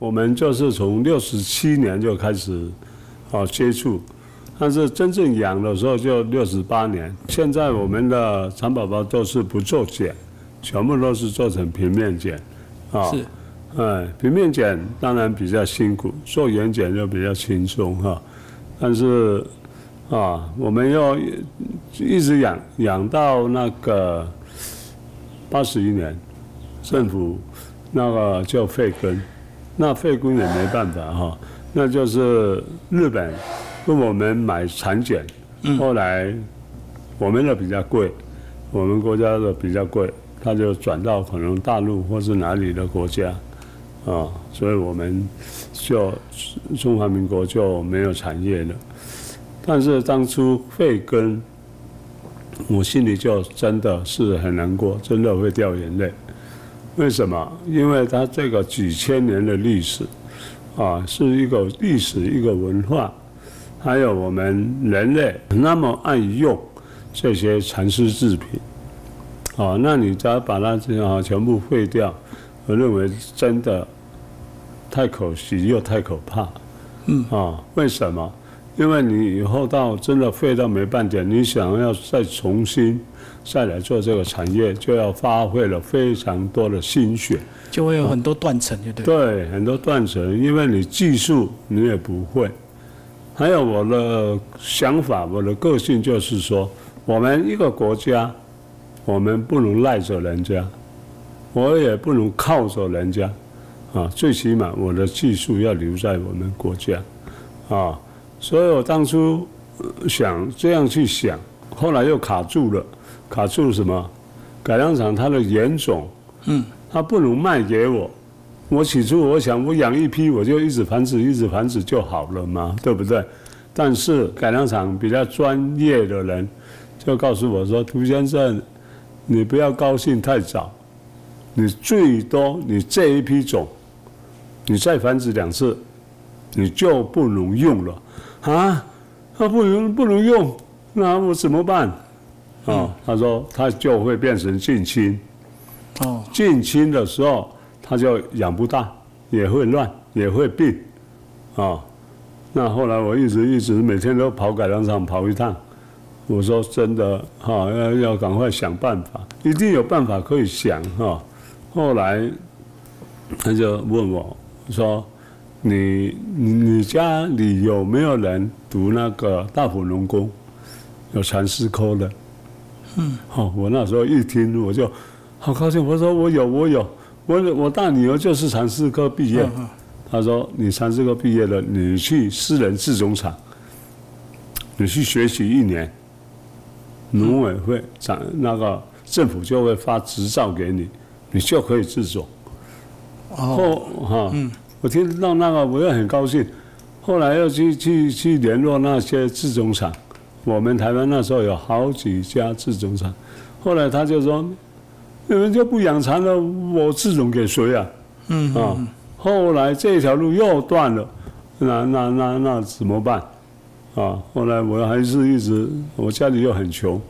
我们就是从六十七年就开始哦接触，但是真正养的时候就六十八年。现在我们的蚕宝宝都是不做茧，全部都是做成平面茧，啊、是，哎，平面剪当然比较辛苦，做圆剪就比较轻松哈。但是啊，我们要一直养养到那个八十一年，政府那个叫废根，那废根也没办法哈，那就是日本跟我们买产检，后来我们的比较贵，我们国家的比较贵，他就转到可能大陆或是哪里的国家。啊，所以我们就中华民国就没有产业了。但是当初慧根，我心里就真的是很难过，真的会掉眼泪。为什么？因为它这个几千年的历史，啊，是一个历史，一个文化，还有我们人类那么爱用这些蚕丝制品，啊，那你只要把它啊全部废掉，我认为真的太可惜又太可怕。嗯啊，为什么？因为你以后到真的废到没半点，你想要再重新再来做这个产业，就要花费了非常多的心血。就会有很多断层，就对了。对，很多断层，因为你技术你也不会。还有我的想法，我的个性就是说，我们一个国家，我们不能赖着人家，我也不能靠着人家，啊，最起码我的技术要留在我们国家，啊，所以我当初呃想这样去想，后来又卡住了，卡住什么？改良厂它的原种，嗯，它不能卖给我，我起初我想，我养一批我就一直繁殖，一直繁殖就好了嘛，对不对？但是改良场比较专业的人就告诉我说：“涂先生，你不要高兴太早，你最多你这一批种，你再繁殖两次，你就不能用了啊！他不能不能用，那我怎么办？”哦，他说他就会变成近亲。哦，近亲的时候，它就养不大，也会乱，也会病，啊。那后来我一直一直每天都跑改良场跑一趟，我说真的哈、要要赶快想办法，一定有办法可以想哈、后来他就问我说：“你你你家里有没有人读那个大埔农工，有禅师科的？”嗯哦，我那时候一听我就好高兴，我说我有我有，我我大女儿就是禅师科毕业。嗯他说你禅师科毕业了，你去私人制种厂，你去学习一年，农委会长那个政府就会发执照给你，你就可以制种。哦，后哈，我听到那个我又很高兴，后来又去去去联络那些制种厂，我们台湾那时候有好几家制种厂，后来他就说，你们就不养蚕了，我制种给谁啊？嗯，啊，后来这条路又断了，那那那那怎么办？啊，后来我还是一直，我家里又很穷，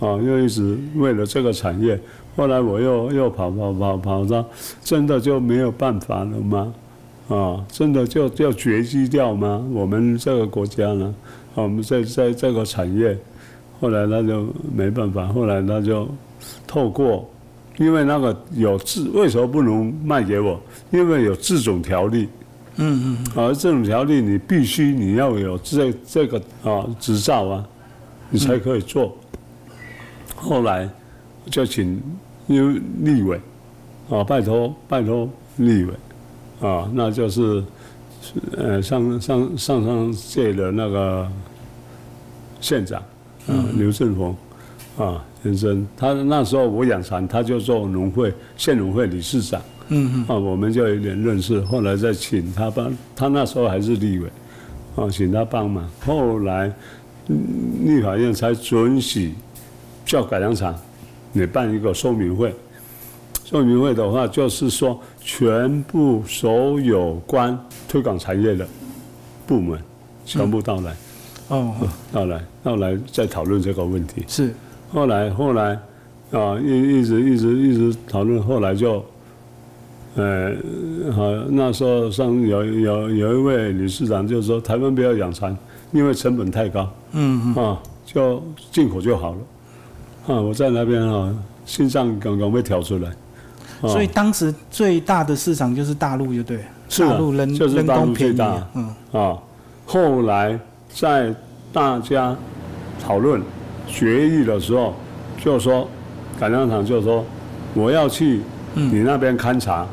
啊，又一直为了这个产业，后来我又又跑跑跑跑到，真的就没有办法了吗？啊，真的就就绝迹掉吗？我们这个国家呢，啊我们在在这个产业，后来他就没办法，后来他就透过，因为那个有制，为什么不能卖给我？因为有制种条例，嗯嗯，而啊这种条例你必须你要有这这个啊执照啊，你才可以做。后来就请因为立委啊，拜托拜托立委啊，那就是呃上上上上届的那个县长啊刘振峰啊先生，他那时候我养蚕，他就做农会县农会理事长。嗯啊，我们就有点认识，后来再请他帮，他那时候还是立委，啊，请他帮忙。后来嗯立法院才准许叫改良场，你办一个说明会。说明会的话，就是说全部所有关推广产业的部门全部到来，嗯，哦，到来，到来再讨论这个问题。是，后来后来啊，一一直一直一直讨论，后来就呃，好，那时候上有有有一位理事长就说，台湾不要养蚕，因为成本太高嗯啊，就进口就好了。啊，我在那边啊，心脏刚刚被挑出来。啊嗯，所以当时最大的市场就是大陆，就对了，是大啊陆人就是人大工陆最便宜大啊，嗯啊，后来在大家讨论决议的时候，就说改良厂就说我要去你那边勘察，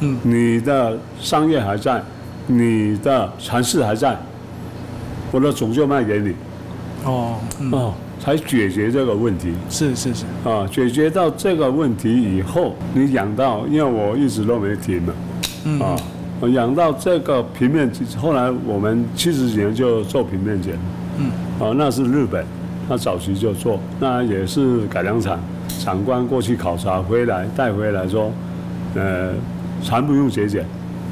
嗯，你的商业还在，你的城市还在，我的种就卖给你，哦，嗯，哦，才解决这个问题。是是是，啊，解决到这个问题以后，你养到，因为我一直都没停嘛，嗯啊，我养到这个平面，后来我们七十几年就做平面剪，嗯，啊，那是日本，他早期就做，那也是改良厂，厂官过去考察回来带回来说，呃，蚕不用节俭，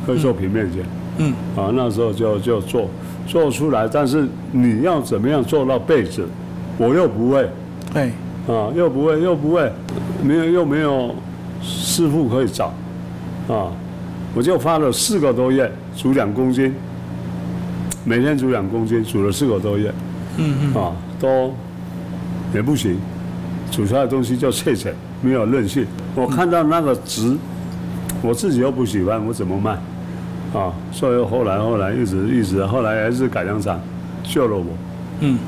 会做平面剪，嗯啊，那时候就就做做出来，但是你要怎么样做到被子，我又不会。对，啊，又不会又不会，没有又没有师傅可以找，啊，我就发了四个多月，煮两公斤，每天煮两公斤，煮了四个多月，嗯嗯啊，都也不行，煮出来的东西就脆脆，没有韧性。我看到那个值，我自己又不喜欢，我怎么卖？啊，所以后来后来一直一直，后来还是改良厂救了我。嗯，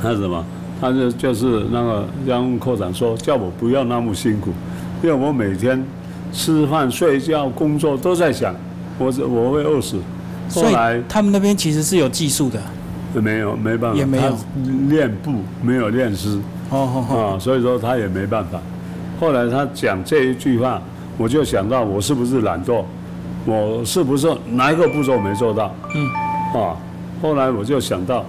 他什么？他就就是那个让科长说，叫我不要那么辛苦，因为我每天吃饭、睡觉、工作都在想，我是我会饿死。所后以来他们那边其实是有技术的，没有没办法，也没有他练步，没有练师哦哦 啊，所以说他也没办法。后来他讲这一句话，我就想到我是不是懒惰，我是不是哪一个步骤没做到哦，嗯啊？后来我就想到，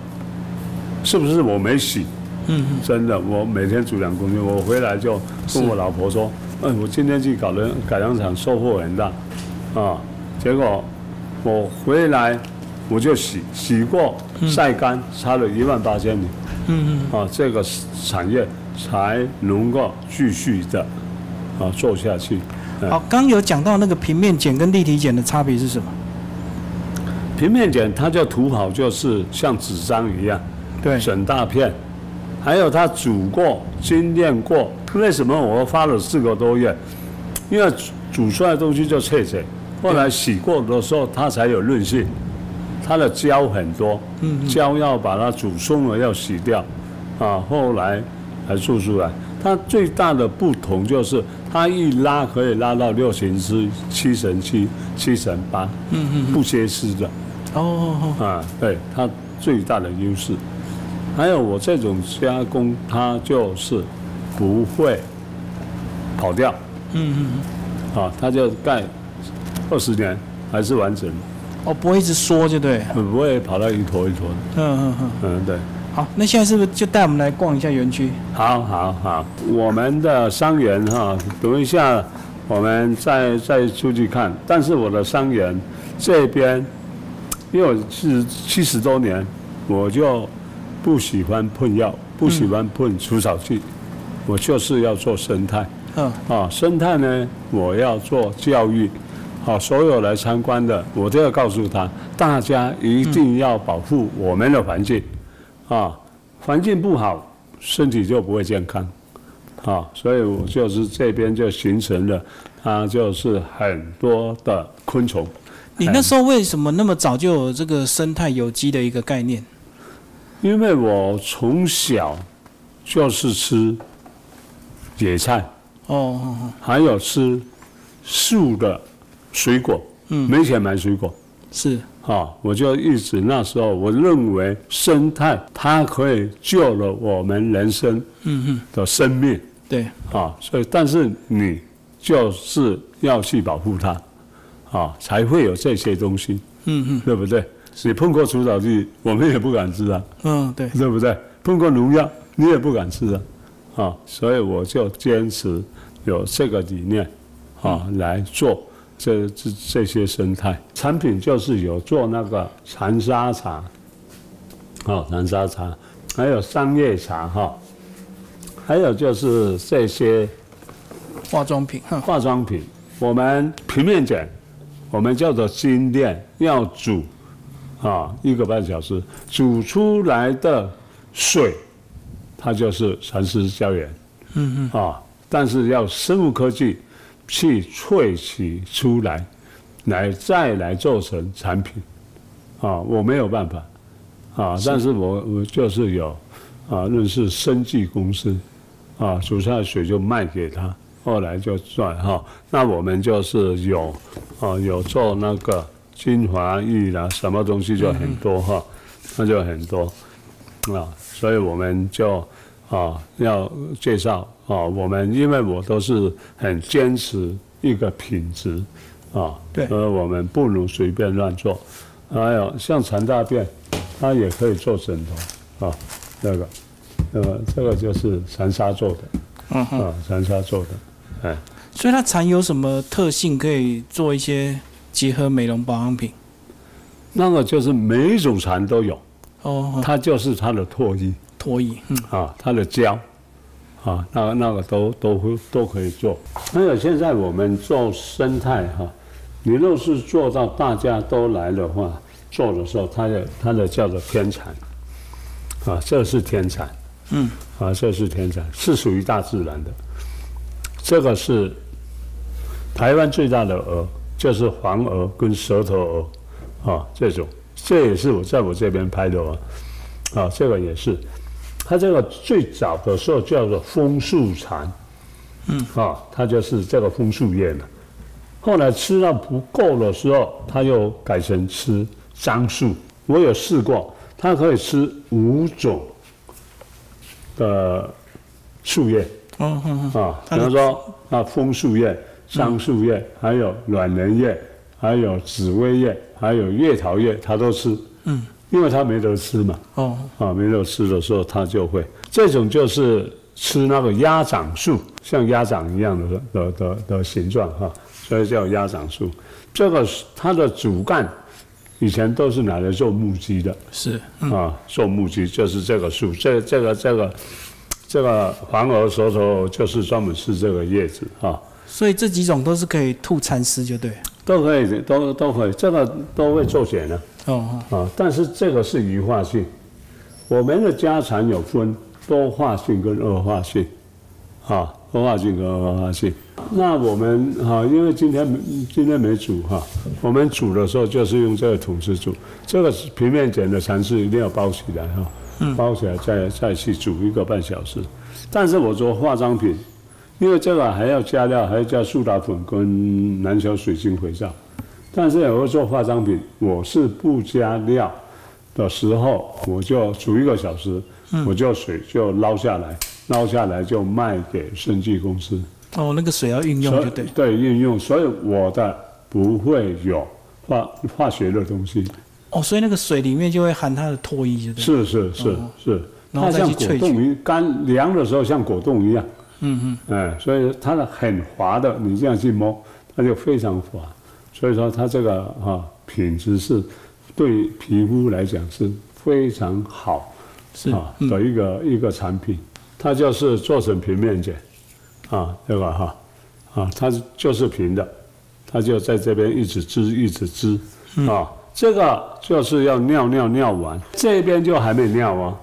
是不是我没洗？嗯嗯，真的，我每天煮两公斤，我回来就跟我老婆说，哎，我今天去搞了改良场，收获很大，啊，结果我回来我就洗洗过，晒干，差了一万八千里，嗯嗯，啊，这个产业才能够继续的啊做下去。哎好，哦刚有讲到那个平面剪跟立体剪的差别是什么？平面剪它就涂好，就是像纸张一样，对，哦整大片，还有它煮过、精炼过。为什么我发了四个多月？因为煮煮出来的东西就脆脆，后来洗过的时候它才有韧性，它的胶很多，胶要把它煮松了要洗掉，啊，后来才做出来。它最大的不同就是它一拉可以拉到六乘七、七乘七、七乘八，嗯嗯，不歇斯的。哦哦哦，啊，对，它最大的优势。还有我这种加工，它就是不会跑掉嗯嗯，啊，它就盖二十年还是完整，哦，不会一直缩就对，不会跑到一坨一坨的。嗯嗯嗯，嗯，对，好，那现在是不是就带我们来逛一下园区？好，好，好，我们的伤员哈，等一下我们再再出去看。但是我的伤员这边，因为我是七十多年，我就不喜欢碰药，不喜欢碰除草剂，我就是要做生态。嗯啊，生态呢，我要做教育，好、所有来参观的，我都要告诉他，大家一定要保护我们的环境，啊，环境不好，身体就不会健康，啊，所以我就是这边就形成了，它就是很多的昆虫，你哎那时候为什么那么早就有这个生态有机的一个概念？因为我从小就是吃野菜，哦哦哦，还有吃素的水果，嗯没钱买水果。是，啊，我就一直那时候我认为生态它可以救了我们人生嗯嗯，的生命对，啊，所以但是你就是要去保护它啊，才会有这些东西，嗯嗯对不对？你碰过除草剂，我们也不敢吃啊，嗯，对， 对不对？碰过农药，你也不敢吃啊，啊，所以我就坚持有这个理念啊来做这这这些生态产品，就是有做那个残沙茶，哦，残沙茶，还有商业茶哈、还有就是这些化妆品，哈，化妆品我们平面剪，我们叫做精炼，要煮啊一个半小时，煮出来的水，它就是蚕丝胶原。嗯嗯。啊，但是要生物科技去萃取出来，来再来做成产品。啊，我没有办法。啊，但是我我就是有啊，认识生技公司，啊，煮出来的水就卖给他，后来就赚哈、那我们就是有啊，有做那个精华液啦，什么东西就很多哈、那就很多啊，所以我们就啊要介绍啊，我们因为我都是很坚持一个品质啊，对所以我们不能随便乱做。还有像蚕大便，它也可以做枕头啊，那个，那个这个就是蚕沙做的嗯哼，啊，蚕沙做的，哎，所以它蚕有什么特性可以做一些结合美容保养品？那个就是每一种蚕都有，哦，它就是它的唾液脱衣，嗯，啊，它的胶啊，那个那个都都会都可以做。还有现在我们做生态哈、你若是做到大家都来的话，做的时候它的它的叫做天蚕啊，这是天蚕。嗯，啊，这是天蚕，是属于大自然的。这个是台湾最大的鹅，就是黄鹅跟蛇头鹅，啊，这种，这也是我在我这边拍的哦，啊，这个也是，它这个最早的时候叫做枫树蚕，嗯，啊，它就是这个枫树叶嘛。后来吃到不够的时候，它又改成吃樟树。我有试过，它可以吃五种的树叶哦，嗯嗯，啊，它比的方说啊，枫树叶、桑树叶，还有软莲叶，还有紫薇叶，还有月桃叶，它都吃。嗯，因为它没得吃嘛，哦，啊，没得吃的时候它就会。这种就是吃那个鸭掌树，像鸭掌一样的的的的形状哈、所以叫鸭掌树。这个是它的主干以前都是拿来做木屐的。是，啊，做木屐就是这个树，这这个这个这个黄鹅蛇头就是专门吃这个叶子啊，所以这几种都是可以吐蚕丝，就对了。都可以都都可以，这个都会做茧的哦哦，啊，但是这个是余化性，我们的家产有分多化性跟恶化性，啊，多化性跟恶化性。那我们啊，因为今天没今天没煮哈、我们煮的时候就是用这个桶子煮，这个平面剪的蚕丝一定要包起来哈、包起来再再去煮一个半小时。但是我做化妆品，因为这个还要加料，还要加苏打粉跟南小水晶肥皂。但是有时候做化妆品，我是不加料的时候，我就煮一个小时，嗯我就水就捞下来，捞下来就卖给生技公司，哦，那个水要运用，所就以对了。对运用，所以我的不会有化化学的东西，哦，所以那个水里面就会含它的唾液，就对了。是是是哦是，然后它再像去果萃冻一干凉的时候像果冻一样，嗯哎，所以它的很滑的，你这样去摸，它就非常滑。所以说它这个啊品质是对皮肤来讲是非常好嗯，是，啊的一个一个产品，它就是做成平面剪啊，对吧哈？啊，它就是平的，它就在这边一直织一直织嗯啊，这个就是要尿尿尿完，这边就还没尿哦。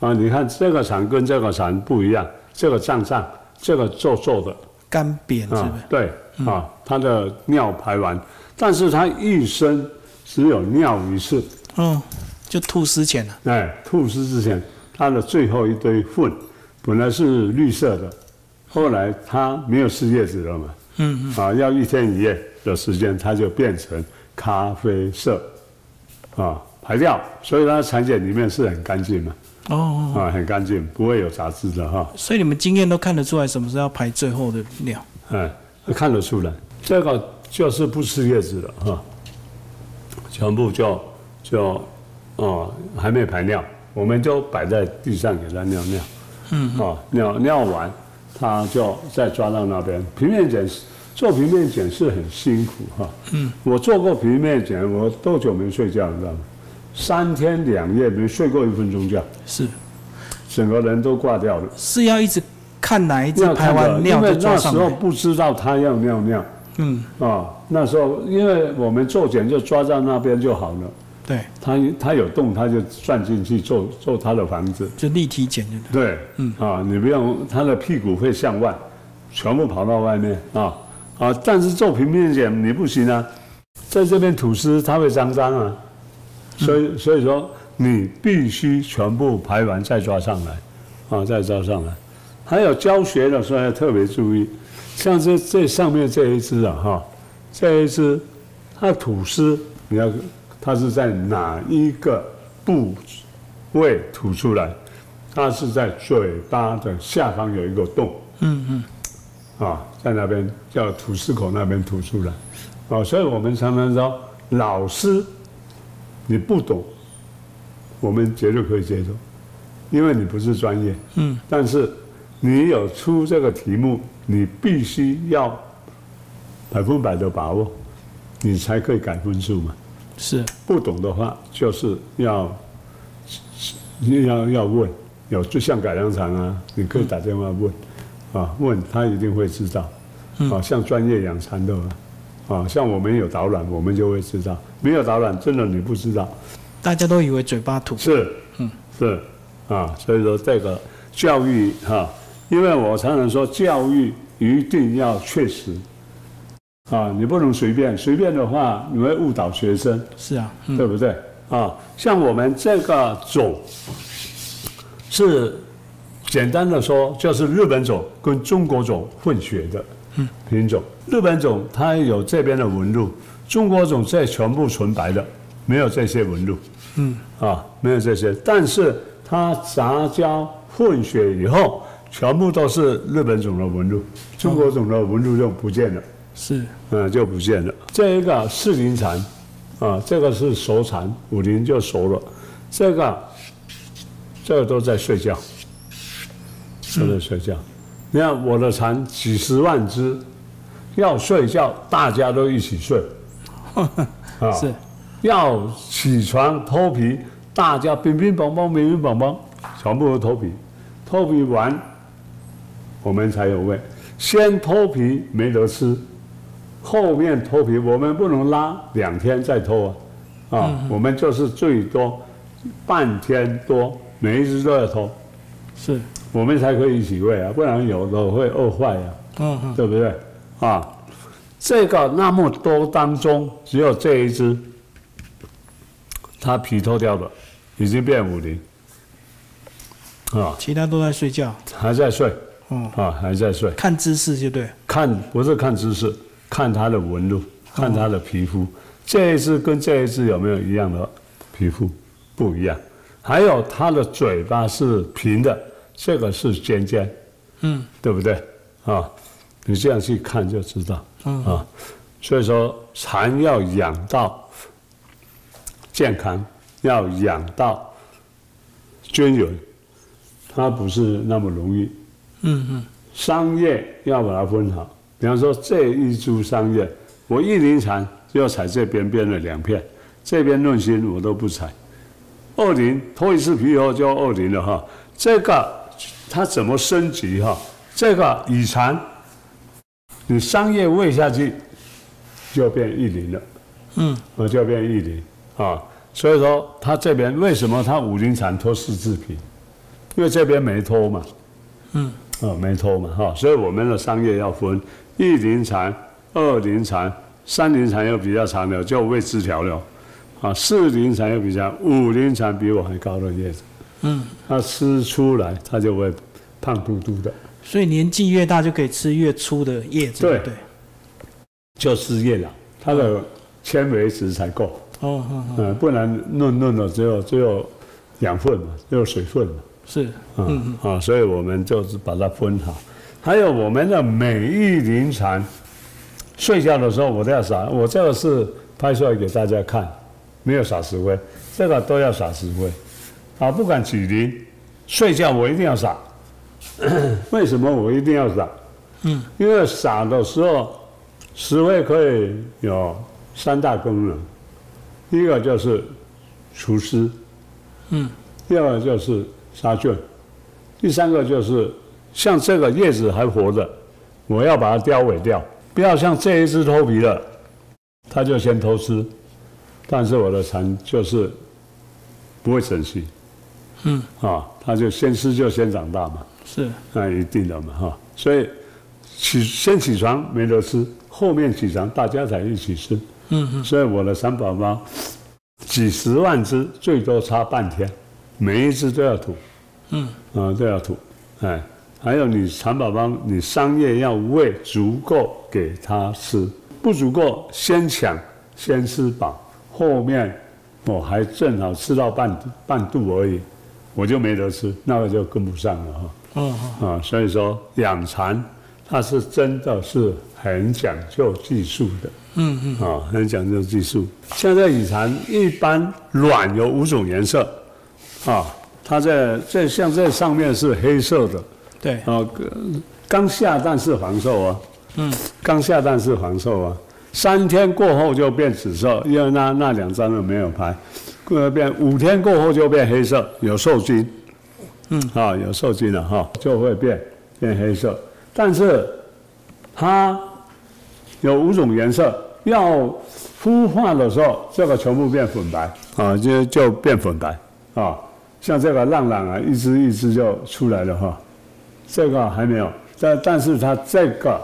啊，你看这个蚕跟这个蚕不一样，这个胀胀，这个皱皱的，干扁是不啊是？，对，啊，它的尿排完，但是它一生只有尿一次，嗯，就吐丝前啊了。哎，吐丝之前，它的最后一堆粪本来是绿色的，后来它没有吃叶子了嘛，嗯啊，要一天一夜的时间，它就变成咖啡色，啊，排掉，所以它的产检里面是很干净嘛，哦哦，哦啊，很干净，不会有杂质的哈、所以你们经验都看得出来什么是要排最后的尿。哎，看得出来，这个就是不吃叶子的哈，全部就就哦、还没排尿，我们就摆在地上给它尿尿，嗯，哦尿尿完，它就再抓到那边平面检是。做平面检是很辛苦哈，嗯，我做过平面检，我多久没睡觉你知道吗？三天两夜没睡过一分钟觉，是，整个人都挂掉了。是要一直看哪一只要排看的完尿因为就那抓时上候来。不知道他要尿尿，嗯，啊，那时候因为我们做茧就抓在那边就好了，对，它它有洞它就钻进去做做它的房子，就立体剪就对。对，嗯啊，你不用它的屁股会向外，全部跑到外面啊啊，但是做平面剪你不行啊，在这边土司它会脏脏啊，所以所以说你必须全部排完再抓上来，啊再抓上来，还有教学的时候要特别注意，像这这上面这一只啊哈，这一只它土司你要它是在哪一个部位吐出来？它是在嘴巴的下方有一个洞，嗯嗯，啊，在那边叫吐司口那边吐出来，啊，所以我们常常说老师你不懂，我们绝对可以接受，因为你不是专业，嗯，但是你有出这个题目，你必须要百分百的把握，你才可以改分数嘛。是，不懂的话，就是要要要问，有就像改良场啊，你可以打电话问，啊，问他一定会知道，啊，像专业养蚕的啊，啊，像我们有导览，我们就会知道，没有导览，真的你不知道，大家都以为嘴巴土。是，是，啊，所以说这个教育哈、因为我常常说教育一定要确实，啊，你不能随便，随便的话你会误导学生。是啊，嗯，对不对？啊，像我们这个种，是简单的说，就是日本种跟中国种混血的品种。日本种它有这边的纹路，中国种这全部纯白的，没有这些纹路。嗯，啊，没有这些，但是它杂交混血以后，全部都是日本种的纹路，中国种的纹路就不见了。是，嗯，就不见了。这一个四零蚕，啊，这个是熟蚕，五零就熟了。这个，这个都在睡觉，都在睡觉。你看我的蚕几十万只，要睡觉，大家都一起睡，啊，是，要起床脱皮，大家乒乒乓乓，乒乒乓乓，全部都脱皮，脱皮完，我们才有味。先脱皮没得吃，后面脱皮我们不能拉两天再脱啊，啊，我们就是最多半天多，每一只都要脱，是，我们才可以一起喂啊，不然有的会饿坏啊。嗯嗯，对不对？啊，这个那么多当中，只有这一只，它皮脱掉了，已经变五零，啊，其他都在睡觉。还在睡，哦，啊，还在睡。看姿势就对。看不是看姿势，看它的纹哦路，看它的皮肤。这一只跟这一只有没有一样的皮肤？不一样。还有它的嘴巴是平的，这个是尖尖，嗯，对不对？啊，你这样去看就知道。嗯啊，所以说蚕要养到健康，要养到均匀，它不是那么容易。嗯嗯，商业要把它分好。比方说这一株商业，我一林产就要采这边边的两片，这边论心我都不采。二林脱一次皮以后就二林了哈，这个它怎么升级哈？这个乙蚕，你商业喂下去就变一林了，嗯，我就变一林啊。所以说它这边为什么它五林蚕脱四次皮？因为这边没脱嘛，啊、没错嘛，哈、所以我们的商业要分一零产、二零产、三零产又比较长了，就喂枝条了，啊，四零产又比较，五零产比我还高的叶子，嗯，它吃出来它就会胖嘟嘟的，所以年纪越大就可以吃越粗的叶子，对不对。就是叶了，它的纤维值才够，哦，嗯嗯，嗯、不然嫩嫩的只有只有养分嘛，只有水分嘛，是，嗯啊，所以我们就是把它分好。还有我们的每一林蝉，睡觉的时候我都要撒，我这个是拍出来给大家看，没有撒石灰，这个都要撒石灰，啊，不管几林，睡觉我一定要撒。 为什么我一定要撒？嗯，因为撒的时候，石灰可以有三大功能，一个就是除湿，嗯，第二个就是杀菌，第三个就是像这个叶子还活着，我要把它凋萎掉，不要像这一只脱皮了，它就先偷吃，但是我的蚕就是不会珍惜，嗯，啊，它就先吃就先长大嘛，是那啊一定的嘛哈，所以起先起床没得吃，后面起床大家才一起吃，嗯嗯，所以我的蚕宝宝几十万只，最多差半天，每一只都要吐，嗯，啊、都要吐，哎，还有你蚕宝宝，你商业要喂足够给它吃，不足够先抢先吃饱，后面我还正好吃到半半肚而已，我就没得吃，那个就跟不上了哈。哦哦，啊，所以说养蚕它是真的是很讲究技术的，嗯嗯啊，很讲究技术。现在羽蚕一般卵有五种颜色，啊，它在这像这上面是黑色的，对，啊，刚下蛋是黄色啊，嗯，刚下蛋是黄色啊，三天过后就变紫色，因为那那两张都没有拍，呃，变五天过后就变黑色，有受精，嗯，啊，有受精了哈、就会变变黑色，但是它有五种颜色，要孵化的时候，这个全部变粉白啊，就就变粉白啊，像这个浪浪啊，一只一只就出来了哈、这个还没有，但但是它这个，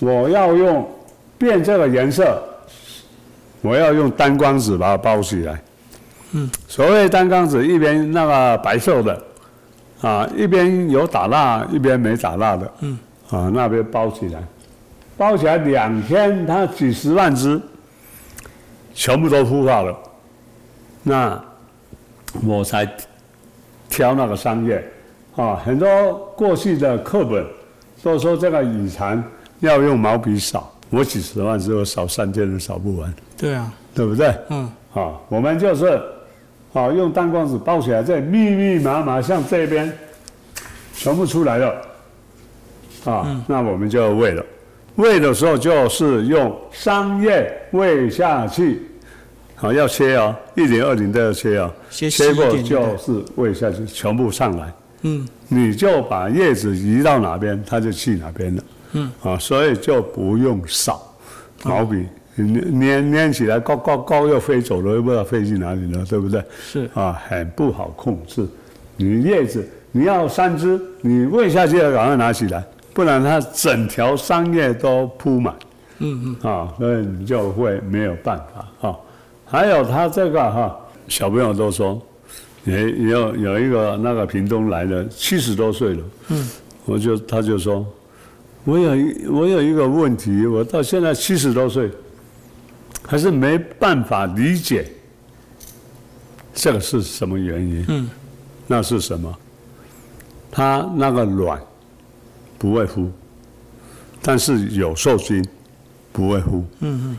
我要用变这个颜色，我要用单光子把它包起来。嗯，所谓单光子，一边那个白色的，啊，一边有打蜡，一边没打蜡的。嗯，啊，那边包起来，包起来两天，它几十万只，全部都孵化了，那我才挑那个商业。啊，很多过去的课本都说这个羽蚕要用毛笔扫，我几十万只我扫三天都扫不完，对啊，对不对？嗯啊，我们就是啊，用单光子包起来，这密密麻麻，像这边全部出来了。啊，嗯那我们就喂了，喂的时候就是用桑叶喂下去，好、要切哦，一零二零都要切哦，先切细一过点就对就是喂下去，全部上来。嗯你就把叶子移到哪边，它就去哪边了。嗯，啊，所以就不用扫毛笔，嗯捏捏起来高高高又飞走了，又不知道飞去哪里了，对不对？是啊，很不好控制。你叶子你要三只，你喂下去要赶快拿起来，不然它整条桑叶都铺满。嗯嗯啊，所以你就会没有办法啊。还有他这个哈、小朋友都说，也也有有一个那个屏东来的，七十多岁了，嗯，我就他就说，我有一我有一个问题，我到现在七十多岁，还是没办法理解这个是什么原因，嗯，那是什么？他那个卵不会孵，但是有受精，不会孵。嗯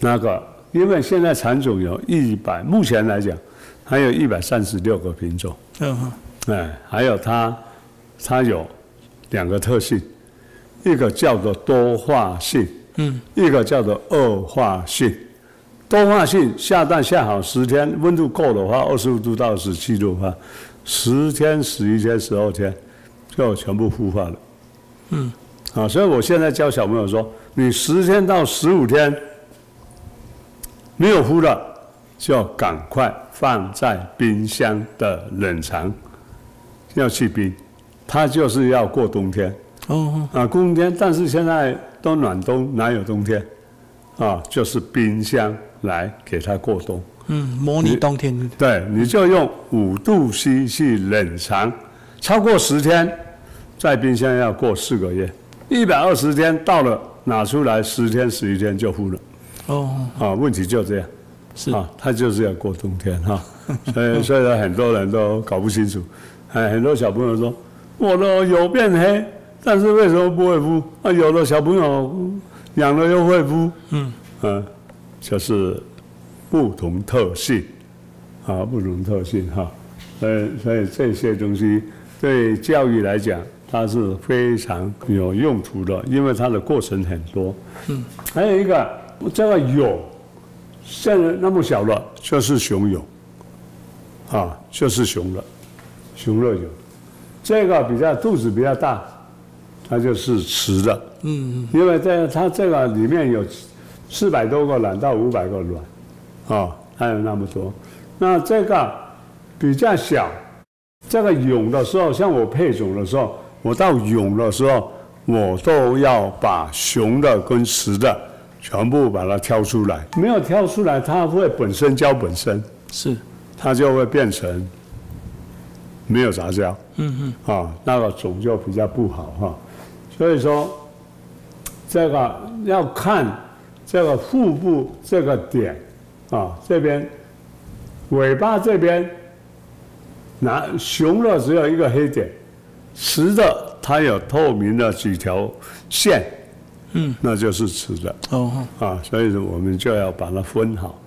那个，因为现在蚕种有一百，目前来讲还有一百三十六个品种，嗯嗯哎，还有它，它有两个特性，一个叫做多化性，嗯一个叫做恶化性。多化性下蛋下好十天，温度够的话，二十五度到十七度的话，十天、十一天、十二天就全部孵化了。嗯，啊，所以我现在教小朋友说，你十天到十五天没有孵了，就赶快放在冰箱的冷藏，要去冰，它就是要过冬天。哦哦，啊，冬天，但是现在都暖冬，哪有冬天？啊，就是冰箱来给它过冬。嗯，模拟冬天，对，你就用五度 C 去冷藏，超过十天，在冰箱要过四个月，一百二十天到了拿出来，十天十一天就糊了。哦哦，啊，问题就这样。是啊，它就是要过冬天 哈、所以所以呢很多人都搞不清楚，哎，很多小朋友说我的有变黑，但是为什么不会孵？啊，有的小朋友嗯养了又会孵，嗯嗯，就是不同特性啊，不同特性哈、所以所以这些东西对教育来讲，它是非常有用途的，因为它的过程很多。嗯，还有一个这个蛹，现在那么小了，就是雄蛹，啊，就是雄了，雄了蛹，这个比较肚子比较大，它就是雌的。嗯，因为在它这个里面有四百多个卵到五百个卵，哦，还有那么多。那这个比较小，这个蛹的时候，像我配种的时候，我到蛹的时候，我都要把雄的跟雌的全部把它挑出来，没有挑出来，它会本身交本身。是，它就会变成没有杂交嗯啊、那个种就比较不好哈、所以说，这个要看这个腹部这个点啊、这边尾巴这边，那雄的只有一个黑点，雌的它有透明的几条线，嗯，那就是雌的。嗯，哦，啊，所以我们就要把它分好，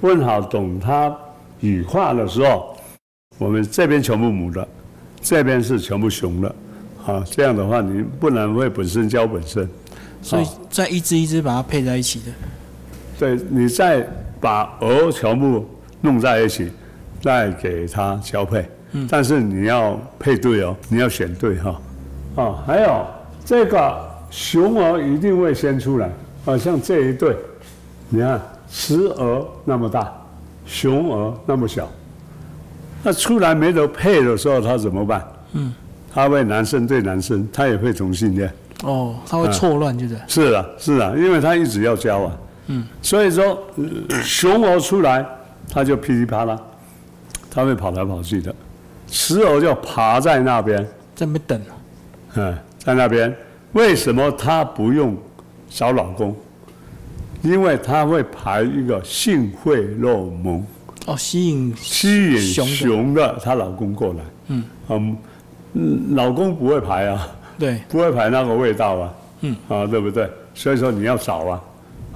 分好，等它羽化的时候，我们这边全部母的，这边是全部雄的，啊，这样的话你不然会本身交本身，啊所以好再一只一只把它配在一起的。对，你再把鹅全部弄在一起，再给它交配，但是你要配对哦，你要选对哈、哦，还有这个雄鹅一定会先出来，啊，像这一对，你看雌鹅那么大，雄鹅那么小，那出来没得配的时候，它怎么办？嗯，它会男生对男生，它也会同性恋。哦，它啊会错乱，就是。是啊，是啊，因为它一直要交啊。嗯。所以说，呃雄鹅出来，它就噼里啪啦，它会跑来跑去的；雌鹅就爬在那边，在那边等啊。嗯，在那边。为什么它不用找老公？因为它会排一个性会洛蒙，哦，吸引吸引雄的雄的她老公过来。嗯。嗯嗯，老公不会排啊。对，不会排那个味道啊，嗯，啊，对不对？所以说你要找啊，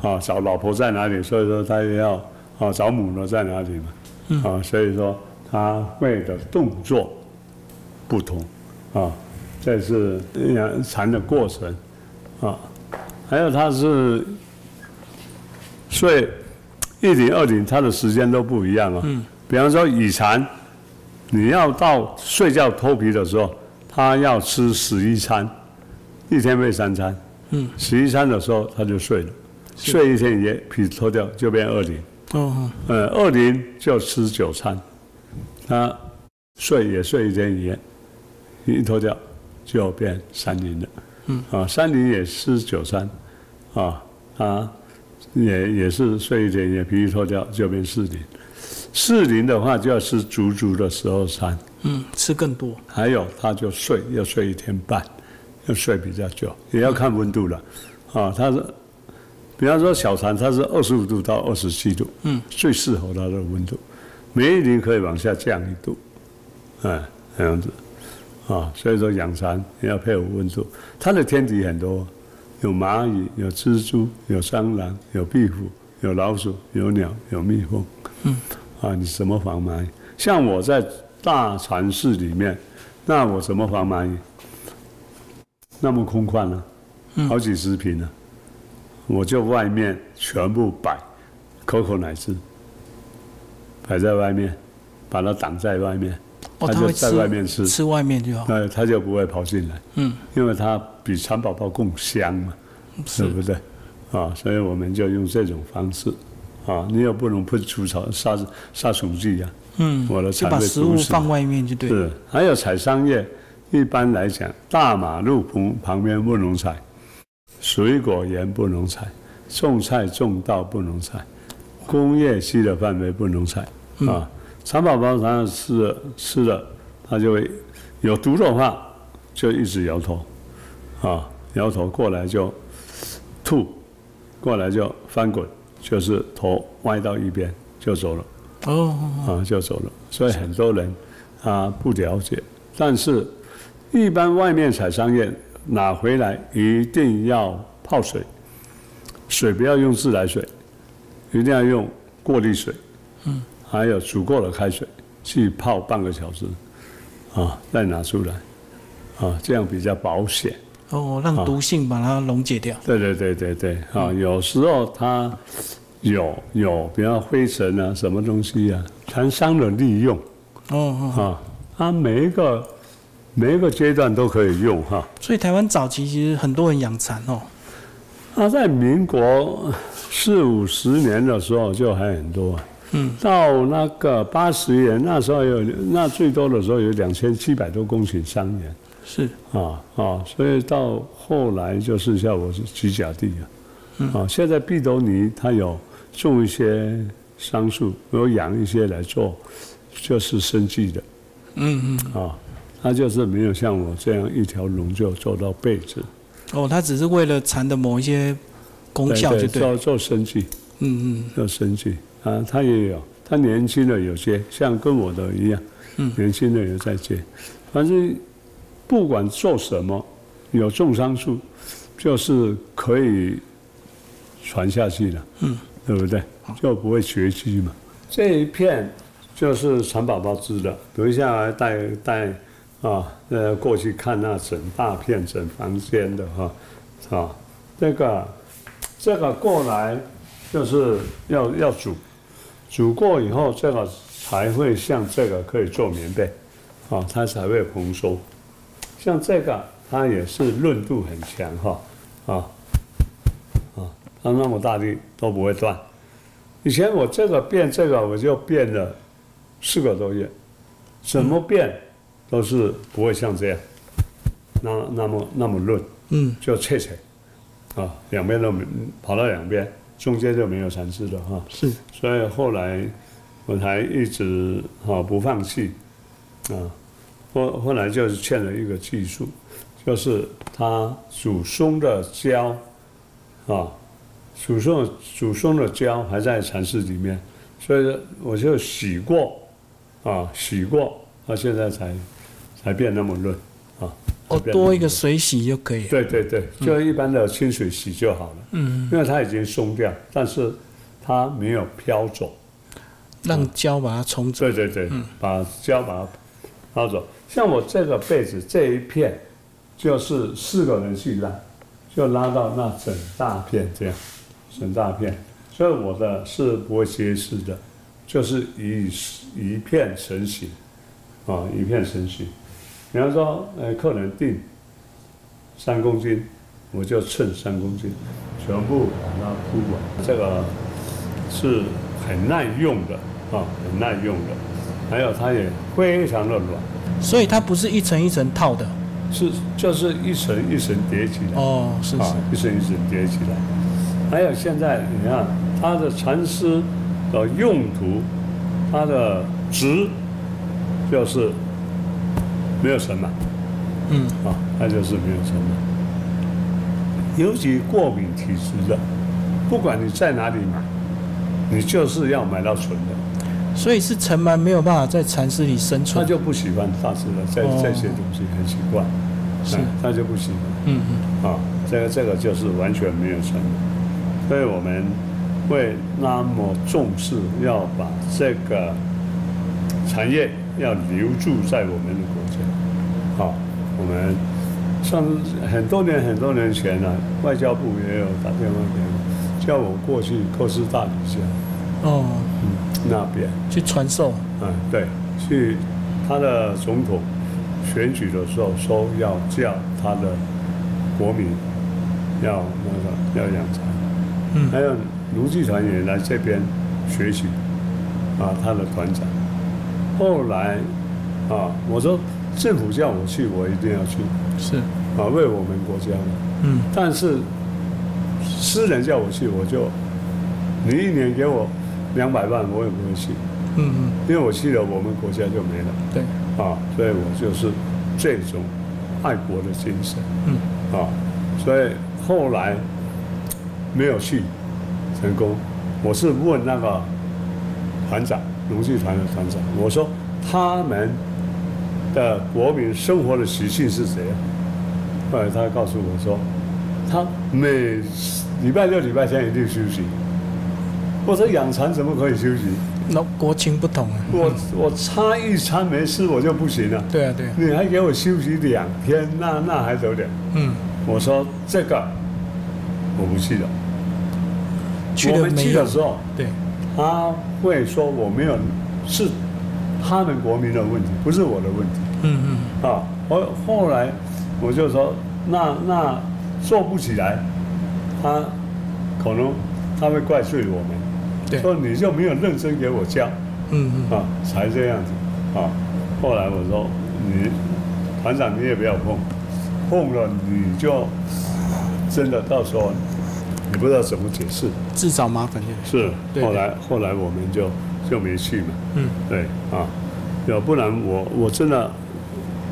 啊，找老婆在哪里？所以说他也要啊，找母的在哪里嘛，啊，所以说他会的动作不同，啊，这是养蚕的过程，啊，还有他是，所以一顶二顶它的时间都不一样啊，嗯，比方说以蚕。你要到睡觉脱皮的时候，他要吃十一餐，一天喂三餐。嗯，十一餐的时候他就睡了，睡一天也皮脱掉就变二零，哦，呃，二零就吃九餐，他睡也睡一天一夜，一脱掉就变三零了。嗯，啊，三零也吃九餐，啊啊，也也是睡一天一夜，皮一脱掉就变四零，四零的话就要吃足足的十二餐。嗯，吃更多。还有他就睡，要睡一天半，要睡比较久，也要看温度了。啊，他是，比方说小蚕，它是二十五度到二十七度，嗯，最适合它的温度。每一年可以往下降一度，哎，这样子，啊，所以说养蚕也要配合温度。它的天敌很多，有蚂蚁，有蜘蛛，有蟑螂，有壁虎，有老鼠，有鸟，有蜜蜂。嗯啊，你怎么防蚂蚁？像我在大城市里面，那我怎么防蚂蚁？那么空旷呢、嗯好几十平呢、我就外面全部摆可可奶汁，摆在外面，把它挡在外面，它哦，它就会在吃外面吃，吃外面就好。那它就不会跑进来。哦嗯，因为它比蚕宝宝更香嘛，对不对？啊，所以我们就用这种方式，啊，你也不能喷除草杀杀虫剂呀、嗯，我的就产把被食毒物死放外面就对。是，还有采桑叶，一般来讲，大马路旁旁边不能采，水果园不能采，种菜种稻不能采，工业区的范围不能采啊。蚕宝宝常常吃了吃了，它就会有毒的话，就一直摇头，啊，摇头过来就吐，过来就翻滚，就是头歪到一边就走了。哦哦，啊就走了。所以很多人啊不了解，但是一般外面采桑叶拿回来一定要泡水，水不要用自来水，一定要用过滤水，嗯，还有足够的开水去泡半个小时，啊，再拿出来，啊，这样比较保险。哦哦，让啊毒性把它溶解掉。对对对对对，啊，有时候它有有，比方灰尘啊，什么东西啊，蚕桑的利用，哦哦，啊，它每一个每一个阶段都可以用哈。所以台湾早期其实很多人养蚕哦，那啊在民国四五十年的时候就还很多、啊，嗯，到那个八十年那时候有那最多的时候有两千七百多公顷桑园是啊啊，所以到后来就剩下我是几甲地嗯啊，啊，现在碧斗尼它有种一些桑树，有养一些来做，就是生计的嗯嗯，啊，它就是没有像我这样一条龙就做到被子，哦，它只是为了蚕的某一些功效就对做了，做生计。嗯嗯要生计啊，他也有，他年轻的有接，像跟我的一样，嗯年轻的有在接，反正不管做什么，有种桑树，就是可以传下去的，嗯，对不对？就不会绝迹嘛。这一片就是蚕宝宝织的，等一下来带带啊，呃，过去看那整大片整房间的哈，啊，这个这个过来就是要要煮，煮过以后，这个才会像这个可以做棉被，啊，它才会蓬松。像这个，它也是韧度很强哈，啊啊，它那么大力都不会断。以前我这个变这个，我就变了四个多月，怎么变都是不会像这样，那那么那么润。嗯，就切切，啊，两边都没跑到两边，中间就没有蚕丝了哈、是所以后来我才一直啊不放弃，啊，后后来就是欠了一个技术，就是它煮松的胶，啊，煮松煮松的胶还在蚕丝里面，所以我就洗过，啊，洗过，它现在才才变那么润，啊，哦，才变那么多一润个水洗就可以了，对对对，就一般的清水洗就好了，嗯，因为它已经松掉，但是它没有飘走。嗯让胶把它冲走，对对对，把胶把它抛走。像我这个被子这一片，就是四个人去拉，就拉到那整大片这样，整大片。所以我的是不会揭示的，就是一一片成型，啊，一片成型。比方说，呃，客人定三公斤，我就称三公斤，全部把它铺完。这个是很耐用的啊，很耐用的，还有它也非常的软，所以它不是一层一层套的，是就是一层一层叠起来，哦，是啊是，，一层一层叠起来。还有现在你看它的蚕丝的用途，它的值就是没有什么。嗯，啊，那就是没有成本。尤其过敏体质的，不管你在哪里买，你就是要买到纯的，所以是尘螨没有办法在蚕丝里生他存，就不喜欢大自然这哦这些东西，很奇怪，是哎他就不喜嗯嗯，欢啊。这个这个就是完全没有成本，所以我们会那么重视要把这个产业要留住在我们的国家。好，我们上次很多年很多年前呢、外交部也有打电话给我，叫我过去科斯大黎加哦，那边，去传授，啊，对，去他的总统选举的时候说要叫他的国民要那个要养蚕。嗯还有卢剧团也来这边学习，啊，他的团长。后来，啊，我说政府叫我去，我一定要去，是，啊，为我们国家嘛。嗯，但是私人叫我去，我就你一年给我两百万，我也不会去，嗯因为我去了，我们国家就没了，嗯，对，啊，所以我就是这种爱国的精神。嗯，啊，所以后来没有去成功。我是问那个团长，农技团的团长，我说他们的国民生活的习性是怎样？后来他告诉我说，他每礼拜六、礼拜天一定休息。我说养蚕怎么可以休息？那国情不同啊，我我差一餐没吃我就不行了，对啊对啊，你还给我休息两天，那那还得了？嗯，我说这个我不去了。去我了们没去有的？时候，对，他会说我没有，是他们国民的问题，不是我的问题嗯嗯，啊。后后来我就说，那那做不起来，他可能他会怪罪我对们，说你就没有认真给我教嗯啊，才这样子啊。后来我说，你团长你也不要碰，碰了你就真的到时候你不知道怎么解释。嗯，自找麻烦就是。是，对后来后来我们就就没去嘛。嗯，对啊，要不然我我真的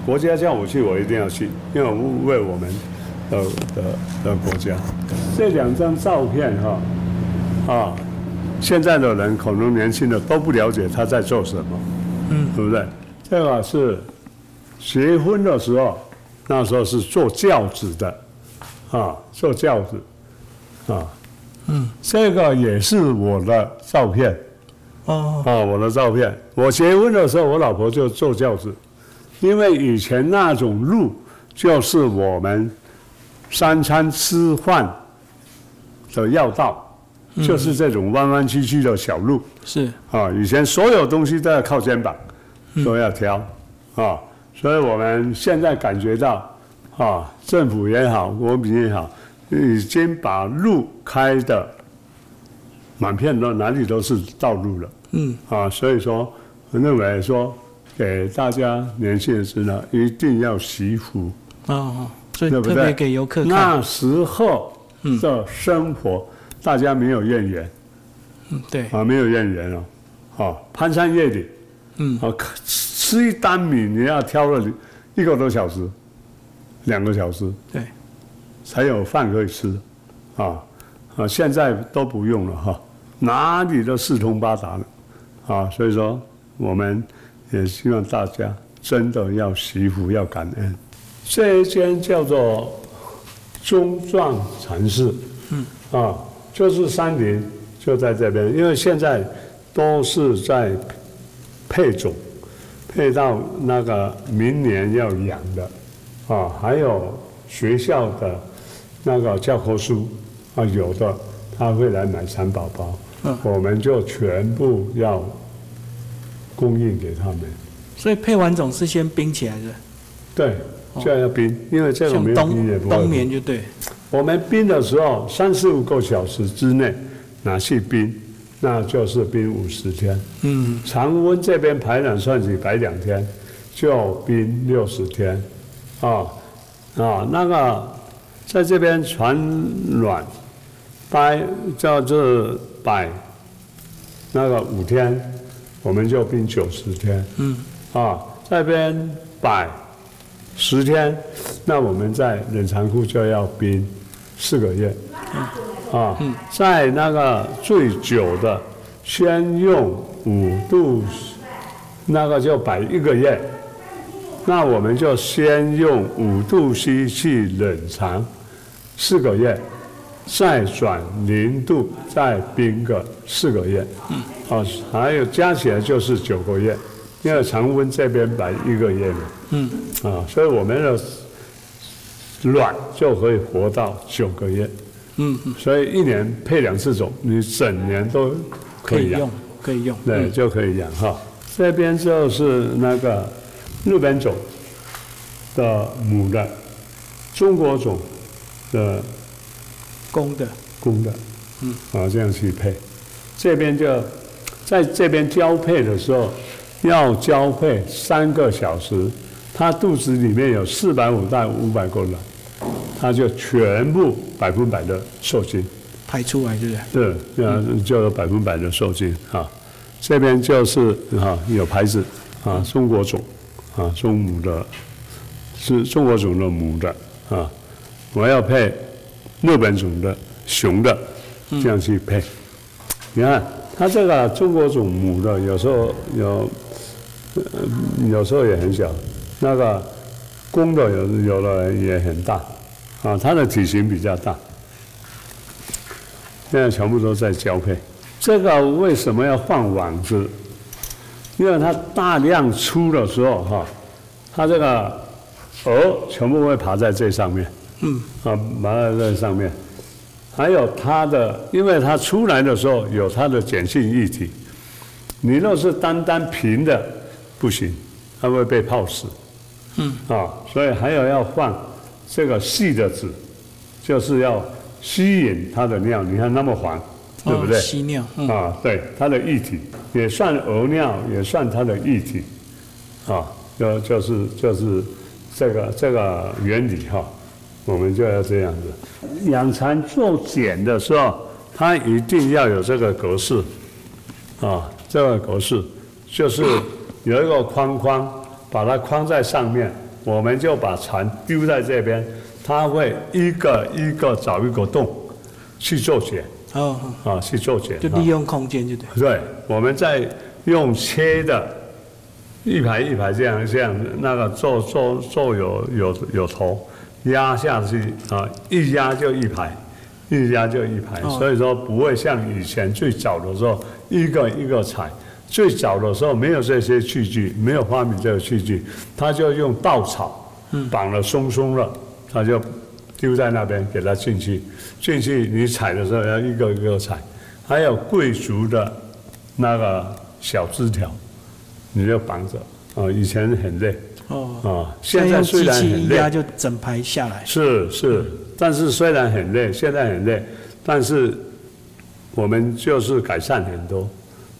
国家叫我去，我一定要去，因为我为我们的的的国家。这两张照片哈、啊，现在的人可能年轻的都不了解他在做什么，嗯，对不对？这个是结婚的时候，那时候是做轿子的，啊，做轿子，啊，嗯，这个也是我的照片。哦，啊，我的照片。我结婚的时候，我老婆就坐轿子，因为以前那种路就是我们三餐吃饭的要道，就是这种弯弯曲曲的小路。是，啊，以前所有东西都要靠肩膀，嗯都要挑啊，所以我们现在感觉到啊，政府也好，国民也好，已经把路开的满片的哪里都是道路了嗯，啊，所以说我认为说给大家年轻人知道，一定要惜福，哦哦，所以对不特对？别给游客看，那时候的生活，大家没有怨言嗯，对，啊，没有怨言哦，啊，攀山越岭。嗯，啊，可吃吃一单米你要挑了一个多小时，两个小时对，才有饭可以吃，啊啊，现在都不用了哈、哪里都四通八达了，啊，所以说我们也希望大家真的要惜福，要感恩。这一间叫做中壮禅寺，嗯，啊，就是山林就在这边，因为现在都是在配种，配到那个明年要养的，啊，还有学校的那个教科书啊，有的他会来买蚕宝宝，嗯我们就全部要供应给他们。所以配完总是先冰起来的，对，就要冰，因为这个没哦像有冰也冬不会冬冰眠就对，我们冰的时候，三十五个小时之内拿去冰，那就是冰五十天。嗯，常温这边排卵算起排两天，就冰六十天，啊啊，那个在这边产卵，待叫做摆那个五天，我们就冰九十天，嗯，啊，这边摆十天，那我们在冷藏库就要冰四个月，啊，在那个最久的，先用五度，那个就摆一个月，那我们就先用五度 C 去冷藏四个月，再转零度再冰个四个月，嗯哦，还有加起来就是九个月，因为常温这边摆一个月嘛，嗯，啊，所以我们的卵就可以活到九个月。嗯，嗯所以一年配两次种，你整年都可可以以养用，，可以用，对，嗯，就可以养哈。这边就是那个日本种的母的，中国种的公的，公的，嗯，啊，这样去配。这边就在这边交配的时候，要交配三个小时，它肚子里面有四百五到五百个卵，它就全部百分百的受精。排出来对不对？对，呃，就有百分百的受精啊。这边就是啊，有牌子啊，中国种啊，中母的，是中国种的母的啊，我要配日本种的雄的，这样去配。你看，它这个中国种母的有时候有，呃有时候也很小，那个公的有有的也很大，啊，它的体型比较大。现在全部都在交配。这个为什么要放网子？因为它大量出的时候，哈，它这个鹅全部会爬在这上面，嗯，啊，爬在这上面。还有它的，因为它出来的时候有它的碱性液体，你若是单单平的不行，它会被泡死。嗯，啊，所以还有要放这个细的籽，就是要吸引它的尿。你看那么黄，对不对？哦吸尿，嗯，啊，对，它的液体也算鹅尿，也算它的液体，啊，就就是就是这个这个原理哈、我们就要这样子。养蚕做茧的时候，它一定要有这个格式，啊，这个格式就是有一个框框，把它框在上面，我们就把蚕丢在这边，它会一个一个找一个洞去做茧哦，哦啊，去做茧，就啊利用空间就对，对，我们在用切的，一排一排这样这样，那个做做做有有有头压下去啊，一压就一排，一压就一排，哦所以说不会像以前最早的时候一个一个踩。最早的时候没有这些器具，没有发明这个器具，他就用稻草绑得松松了，他就丢在那边给它进去，进去你踩的时候要一个一个踩，还有贵族的那个小枝条，你就绑着啊、以前很累啊、哦，现在用虽机然器一很累压，就整排下来，是是，但是虽然很累，现在很累，但是我们就是改善很多